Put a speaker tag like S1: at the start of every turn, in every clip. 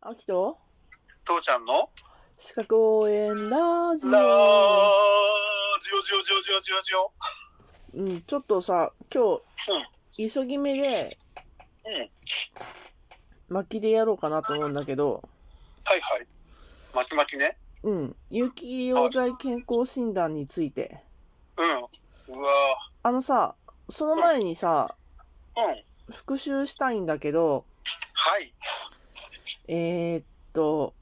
S1: あきと
S2: 父ちゃんの
S1: 四角応援ラジ
S2: ラージオ
S1: オ。
S2: ジオジオジオジオジオ。
S1: うん、ちょっとさ、今
S2: うん。
S1: 日、急ぎ目で、
S2: うん。
S1: 巻きでやろうかなと思うんだけど、
S2: はいはい。巻き巻きね。
S1: うん、有機溶剤健康診断について。
S2: うん。うわ
S1: あのさ、その前にさ、
S2: ーうん。
S1: 復習したいんだけど、
S2: はい。
S1: えー、っと、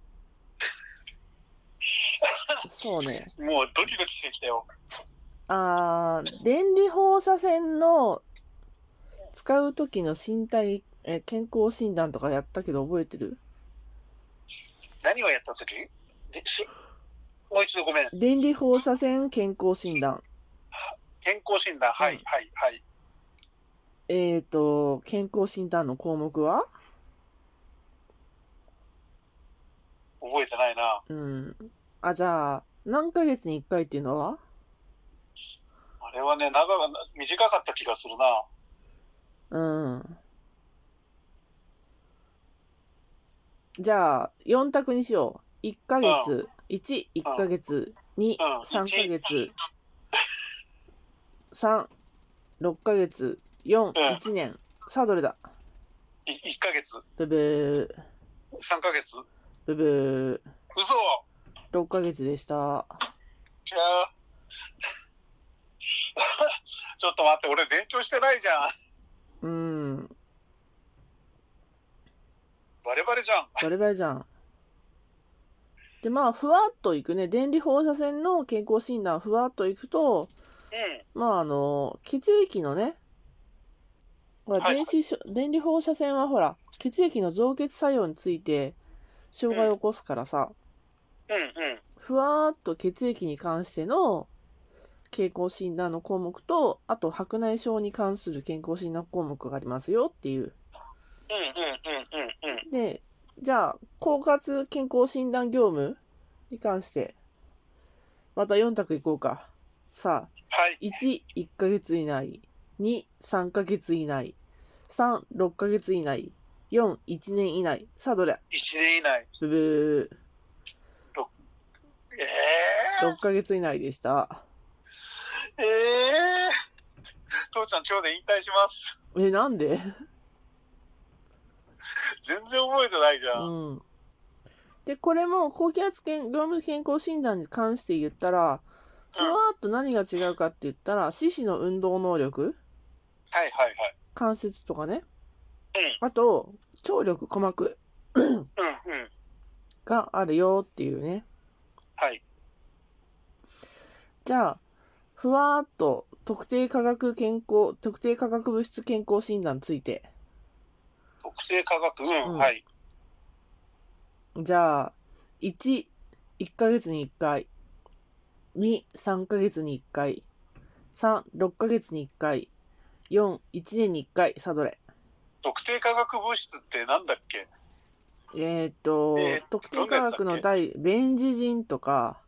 S1: そうね、
S2: もうドキドキしてきたよ。
S1: あー電離放射線の使う時の身体え健康診断とかやったけど覚えてる
S2: 何をやった時でしもう一度ごめん。
S1: 電離放射線健康診断。
S2: 健康診断。はい、
S1: うん
S2: はいはい。
S1: えー、と、健康診断の項目は
S2: 覚えてないな。
S1: うん。あ、じゃあ、何ヶ月に1回っていうのは
S2: あれはね、長が短かった気がするな。
S1: うん。じゃあ、4択にしよう。1ヶ月、1、1ヶ月、2、
S2: うん
S1: 3ヶ月、3、6ヶ月、4、
S2: ん
S1: 1年。さあ、どれだ
S2: い1ヶ月、
S1: ブブー、
S2: 3ヶ月。
S1: ブブー、
S2: 嘘
S1: 6ヶ月でした。
S2: じゃあ。 ちょっと待って、俺勉強してないじゃん。
S1: うん、
S2: バレバレじゃん。
S1: バレバレじゃん。で、まあ、ふわっといくね。電離放射線の健康診断、ふわっといくと、
S2: うん。
S1: まあ、あの、血液のね、ほら、
S2: はい
S1: 電子しょ、電離放射線はほら、血液の増血作用について、障害を起こすからさ、
S2: うんうん。
S1: ふわーっと血液に関しての健康診断の項目と、あと白内障に関する健康診断項目がありますよっていう。
S2: うんうんうんうんうん。
S1: で、じゃあ、包括健康診断業務に関して、また4択いこうか。さあ、
S2: はい。
S1: 1、1ヶ月以内。2、3ヶ月以内。3、6ヶ月以内。4、1年以内。さあ、どれ
S2: 1年以内。
S1: ブブ
S2: え
S1: ー。
S2: え
S1: 6ヶ月以内でした。
S2: ええ父ちゃん、今日で引退します。
S1: え、なんで
S2: 全然覚えてないじゃん。うん。
S1: うん。で、これも、高気圧健業務健康診断に関して言ったら、ふわーっと何が違うかって言ったら、四肢の運動能力
S2: はいはいはい。
S1: 関節とかね。あと、聴力、鼓膜
S2: うんうんうん。
S1: があるよっていうね。
S2: はい。
S1: じゃあ、ふわーっと特定科学健康、特定科学物質健康診断について。
S2: 特定科学、うん、
S1: うん
S2: はい。
S1: じゃあ、1、1ヶ月に1回。2、3ヶ月に1回。3、6ヶ月に1回。4、1年に1回。さあ、どれ
S2: 特定科学物質ってなんだっけ
S1: えーっと
S2: えー、
S1: 特定科学
S2: ど
S1: の
S2: んな
S1: 第、ベンジジンとか、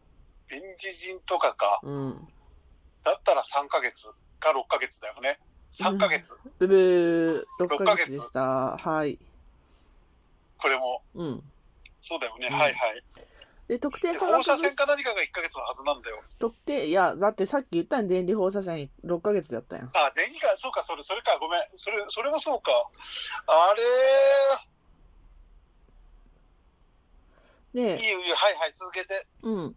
S2: ベンジジンとかか。
S1: うん。
S2: だったら3ヶ月か6ヶ月だよね。3ヶ月。
S1: ブブー、6ヶ
S2: ヶ
S1: 月
S2: 月
S1: でした。はい。
S2: これも。
S1: うん。
S2: そうだよね。
S1: うん
S2: はいはい。
S1: で、特定
S2: で
S1: 科学
S2: 放
S1: 物
S2: 射線
S1: 質、
S2: か何かが1ヶ月のはずなんだよ。
S1: 特定、いや、だってさっき言ったん電離放射線6ヶ月だったやん。
S2: あ、電気か、そうか、それ、それか、ごめん。それ、それもそうか。あれーい
S1: で、
S2: いよ、いいよはいはい、続けて。
S1: うん。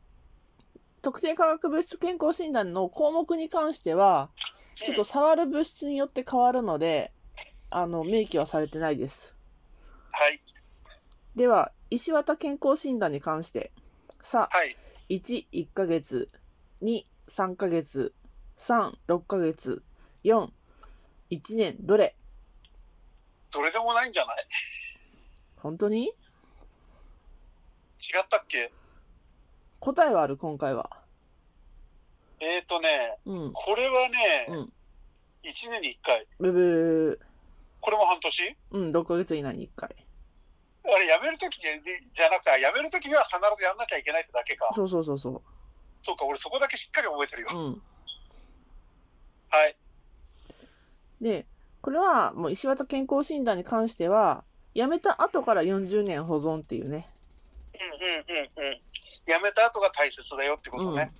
S1: 特定科学物質健康診断の項目に関しては、ちょっと触る物質によって変わるので、あの、明記はされてないです。
S2: はい、
S1: では、石綿健康診断に関して。さあ、
S2: はい、
S1: 1、1ヶ月。2、3ヶ月。3、6ヶ月。4、1年。どれ
S2: どれでもないんじゃない
S1: 本当に
S2: 違ったっけ
S1: 答えはある、今回は。
S2: えーとね、
S1: うん。
S2: これは
S1: う
S2: ね、
S1: ん。
S2: 一1年に1回。
S1: ブブー。
S2: これも半年
S1: うん、6ヶ月以内に1回。
S2: あれ、やめるときじゃなくて、あやめるときには必ずやんなきゃいけないってだけか。
S1: そうそうそうそ
S2: そうか、俺そこだけしっかり覚えてるよ。
S1: う。うん。
S2: はい、
S1: で、これは、もう石綿健康診断に関しては、辞めた後から40年保存っていうね。
S2: うんうんうんうん。やめた後が大切だよってことね。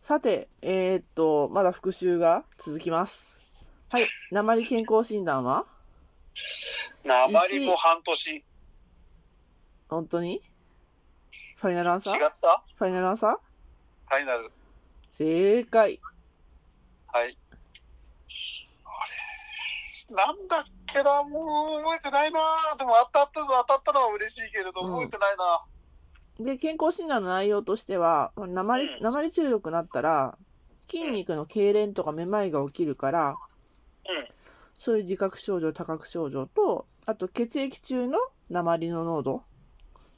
S1: さて、えーっと、まだ復習が続きます。はい、鉛健康診断は
S2: 鉛も半年。違っ
S1: 本当にファイナルアンサー
S2: た
S1: ファイナルアンサー
S2: ファイナル。
S1: 正解。
S2: はい。あれなんだっけな、もう覚えてないな。でも当たったの当たったのは嬉しいけれど、
S1: うん
S2: 覚えてないな。
S1: で、健康診断の内容としては、鉛
S2: うん
S1: 鉛中毒になったら、筋肉の痙攣とかめまいが起きるから、
S2: うん
S1: そういう自覚症状、多覚症状と、あと血液中の鉛の濃度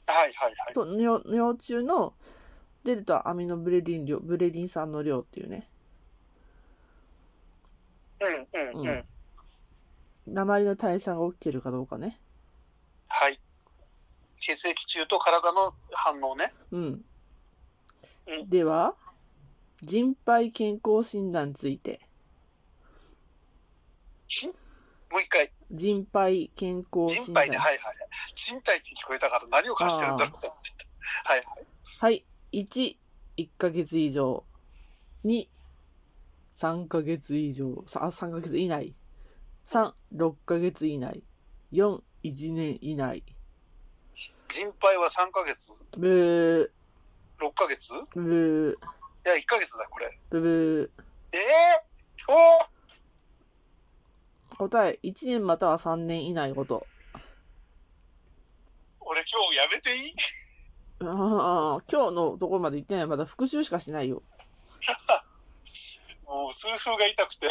S2: はいはいはい。
S1: と尿尿中のデルタアミノブレリン量、ブレリン酸の量っていうね、
S2: うんうんうん。
S1: うん鉛の代謝が起きてるかどうかね。
S2: はい。血液中と体の反応ね。
S1: うん。
S2: うん
S1: では、人肺健康診断について、
S2: ちんもう一回、
S1: 人肺健康
S2: 人
S1: 診
S2: 肺
S1: 断。
S2: ね、はいはい。人体って聞こえたから何を貸してるんだろうと思ってた。 はいはい。
S1: はい。1、1ヶ月以上。2、3ヶ月以上。さあ、3ヶ月以内。3、6ヶ月以内。4、1年以内。
S2: 人肺は3ヶ月、
S1: ブ
S2: 6ヶ月い
S1: ー、ブー、
S2: や、1ヶ月だ、これ。
S1: ブブ
S2: えー、
S1: ー。
S2: おー
S1: 答え、1年または3年以内のこと。
S2: 俺今日やめていい
S1: ああ、今日のところまで行ってない。まだ復習しかしてないよ。
S2: もう痛風が痛くて。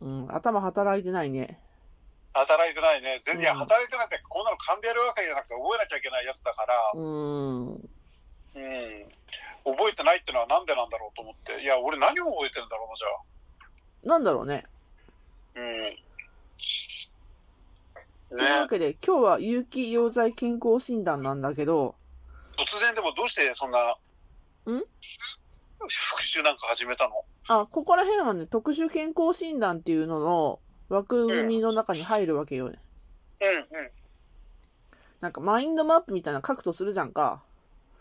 S1: うん、頭働いてないね。
S2: 働いてないね。全然
S1: うん
S2: 働いてないって、こんなの噛んでやるわけじゃなくて覚えなきゃいけないやつだから、
S1: うーん。
S2: うん。覚えてないってのはなんでなんだろうと思って。いや、俺何を覚えてるんだろうな、じゃあ。
S1: なんだろうね。とい
S2: うん。
S1: う
S2: ね
S1: わけで、今日は有機溶剤健康診断なんだけど、
S2: 突然でもどうしてそんな、
S1: ん
S2: 復習なんか始めたの
S1: あ、ここら辺はね、特殊健康診断っていうのの枠組みの中に入るわけよ。
S2: うんうん。
S1: なんかマインドマップみたいなの書くとするじゃんか。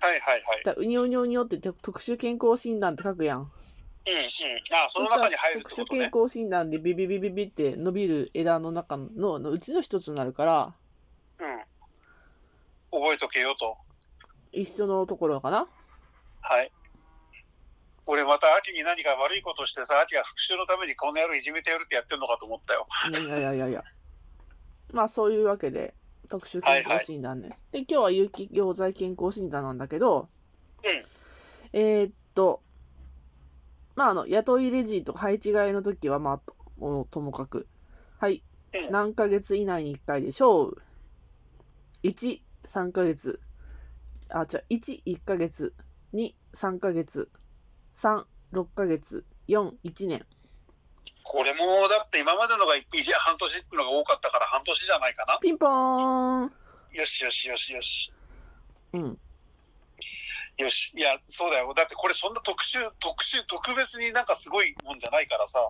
S2: はいはいはい。
S1: だからうにょうにょうにょって特特殊健康診断って書くやん。
S2: うんうん。あその中に入るっ
S1: そ
S2: てこ
S1: した
S2: と
S1: ら特
S2: ね。
S1: 殊健康診断でビビビビビって伸びる枝の中ののうちの一つになるから、
S2: うん。覚えとけよと。
S1: 一緒のところかな。
S2: はい。俺また秋に何か悪いことしてさ、秋が復讐のためにこの野郎いじめてやるってやってんのかと思ったよ。
S1: いやいやいやいやいや。まあそういうわけで、特殊健康診断ね。で、今日は有機溶剤健康診断なんだけど、
S2: うん
S1: えーっと、まああの、雇いレジとか配置換えの時は、まあと、もうともかく。はい。
S2: うん
S1: 何ヶ月以内に1回でしょう。1、3ヶ月。あ、違う、1、1ヶ月。2、3ヶ月。3、6ヶ月。4、1年。
S2: これもだって今までのがいいや半年っていうのが多かったから半年じゃないかな。
S1: ピンポーン
S2: よしよしよしよし。
S1: うん。
S2: よし、いや、そうだよ。だってこれそんな特殊、特殊、特別になんかすごいもんじゃないから さ、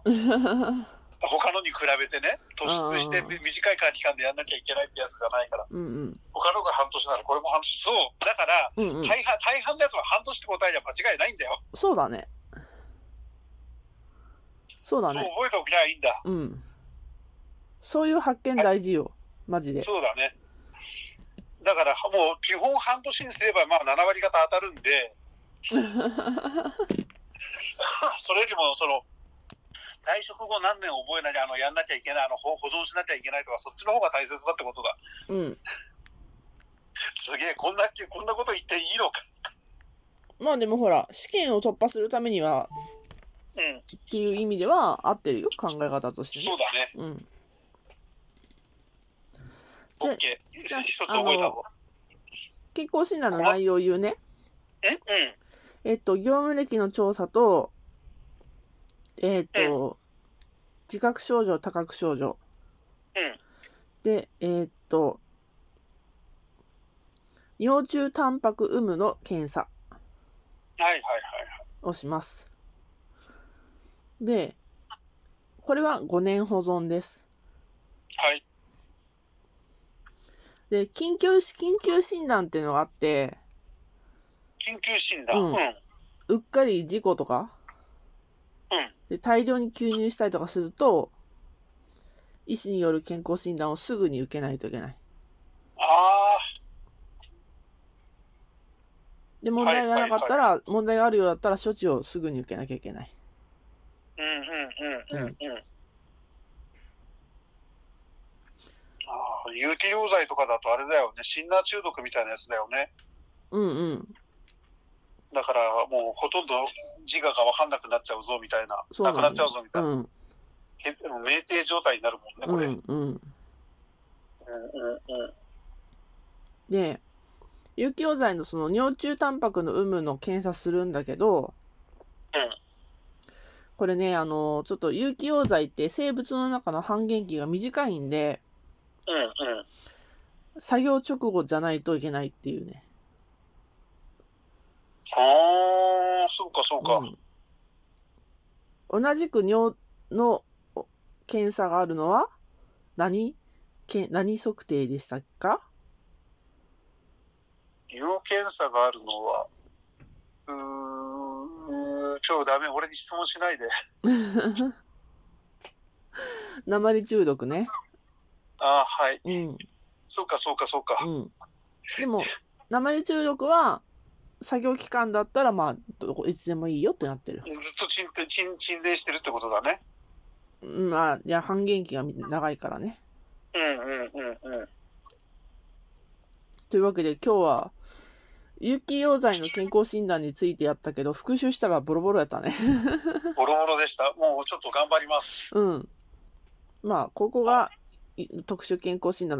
S2: 他のに比べてね、突出して
S1: うん
S2: 短い期間でやんなきゃいけないってやつじゃないから、
S1: うんうん。
S2: 他のが半年ならこれも半年。そう、だから、
S1: うんうん、
S2: 大半、大半のやつは半年って答えじゃ間違いないんだよ。
S1: そうだね。そうだ
S2: そう
S1: ね。
S2: 覚えておきゃいいんだ。
S1: うん。そういう発見大事よ。マジで。
S2: そうだね。だからもう基本半年にすればまあ7割方当たるん で、それよりもその退職後何年覚えなきゃあのやんなきゃいけないあの保保存しなきゃいけないとかそっちの方が大切だってことだ。
S1: うん。
S2: すげえこんなこんなこと言っていいのか。
S1: まあでもほら、試験を突破するためには、
S2: うん、
S1: っていう意味では合ってるよ。考え方として
S2: そ
S1: ね。
S2: うだね。
S1: うん。
S2: オ
S1: で
S2: ッケー。一
S1: じゃあ
S2: つ覚えた方。
S1: 健康診断の内容を言うね。
S2: え？うん。
S1: えっと、業務歴の調査と、えっと、自覚症状、多覚症状。
S2: うん
S1: で、えっと、尿中タンパク有無の検査
S2: はいはいはい。
S1: をします。で、これは5年保存です。
S2: はい。
S1: で、緊急、緊急診断っていうのがあって、
S2: 緊急診断。
S1: う
S2: うんん。うん。
S1: うっかり事故とか、で大量に吸入したりとかすると、医師による健康診断をすぐに受けないといけない。
S2: ああ、
S1: で、問題がなかったら、
S2: はい
S1: 問題があるようだったら処置をすぐに受けなきゃいけない。
S2: うんうんうんうんうん。ああ、有機溶剤とかだとあれだよね、シンナー中毒みたいなやつだよね。
S1: うんうん。
S2: だからもうほとんど自我が分かんなくなっちゃうぞみたいな、
S1: そう
S2: な
S1: な
S2: く
S1: の
S2: なっちゃうぞみた
S1: う
S2: いな、
S1: ん。
S2: へ酩酊状態になるもんね、
S1: う
S2: これ。うん
S1: んうん。
S2: うんうん。
S1: で、有機溶剤のその尿中タンパクの有無の検査するんだけど、
S2: うん
S1: これね、あの、ちょっと有機溶剤って生物の中の半減期が短いんで、
S2: うんうん。
S1: 作業直後じゃないといけないっていうね。
S2: ああ、そうかそうか。うん
S1: うん、同じく尿のお検査があるのは何け何測定でしたか
S2: 検査があるのは、うーん、ちょ、ダメ、俺に質問しないで。
S1: 鉛中毒ね。
S2: ああ、はい。
S1: うん。
S2: そうかそうかそうか。
S1: うん。でも、鉛中毒は、作業期間だったら、まあ、どこ、いつでもいいよってなってる。
S2: ずっと沈殿沈沈殿してるってことだね。
S1: うんまあ、いや、半減期が長いからね。
S2: うんうんうんうん。
S1: というわけで、今日は、有機溶剤の健康診断についてやったけど、復習したらボロボロやったね。
S2: ボロボロでした。もうちょっと頑張ります。
S1: うん。まあ、ここがい特殊健康診断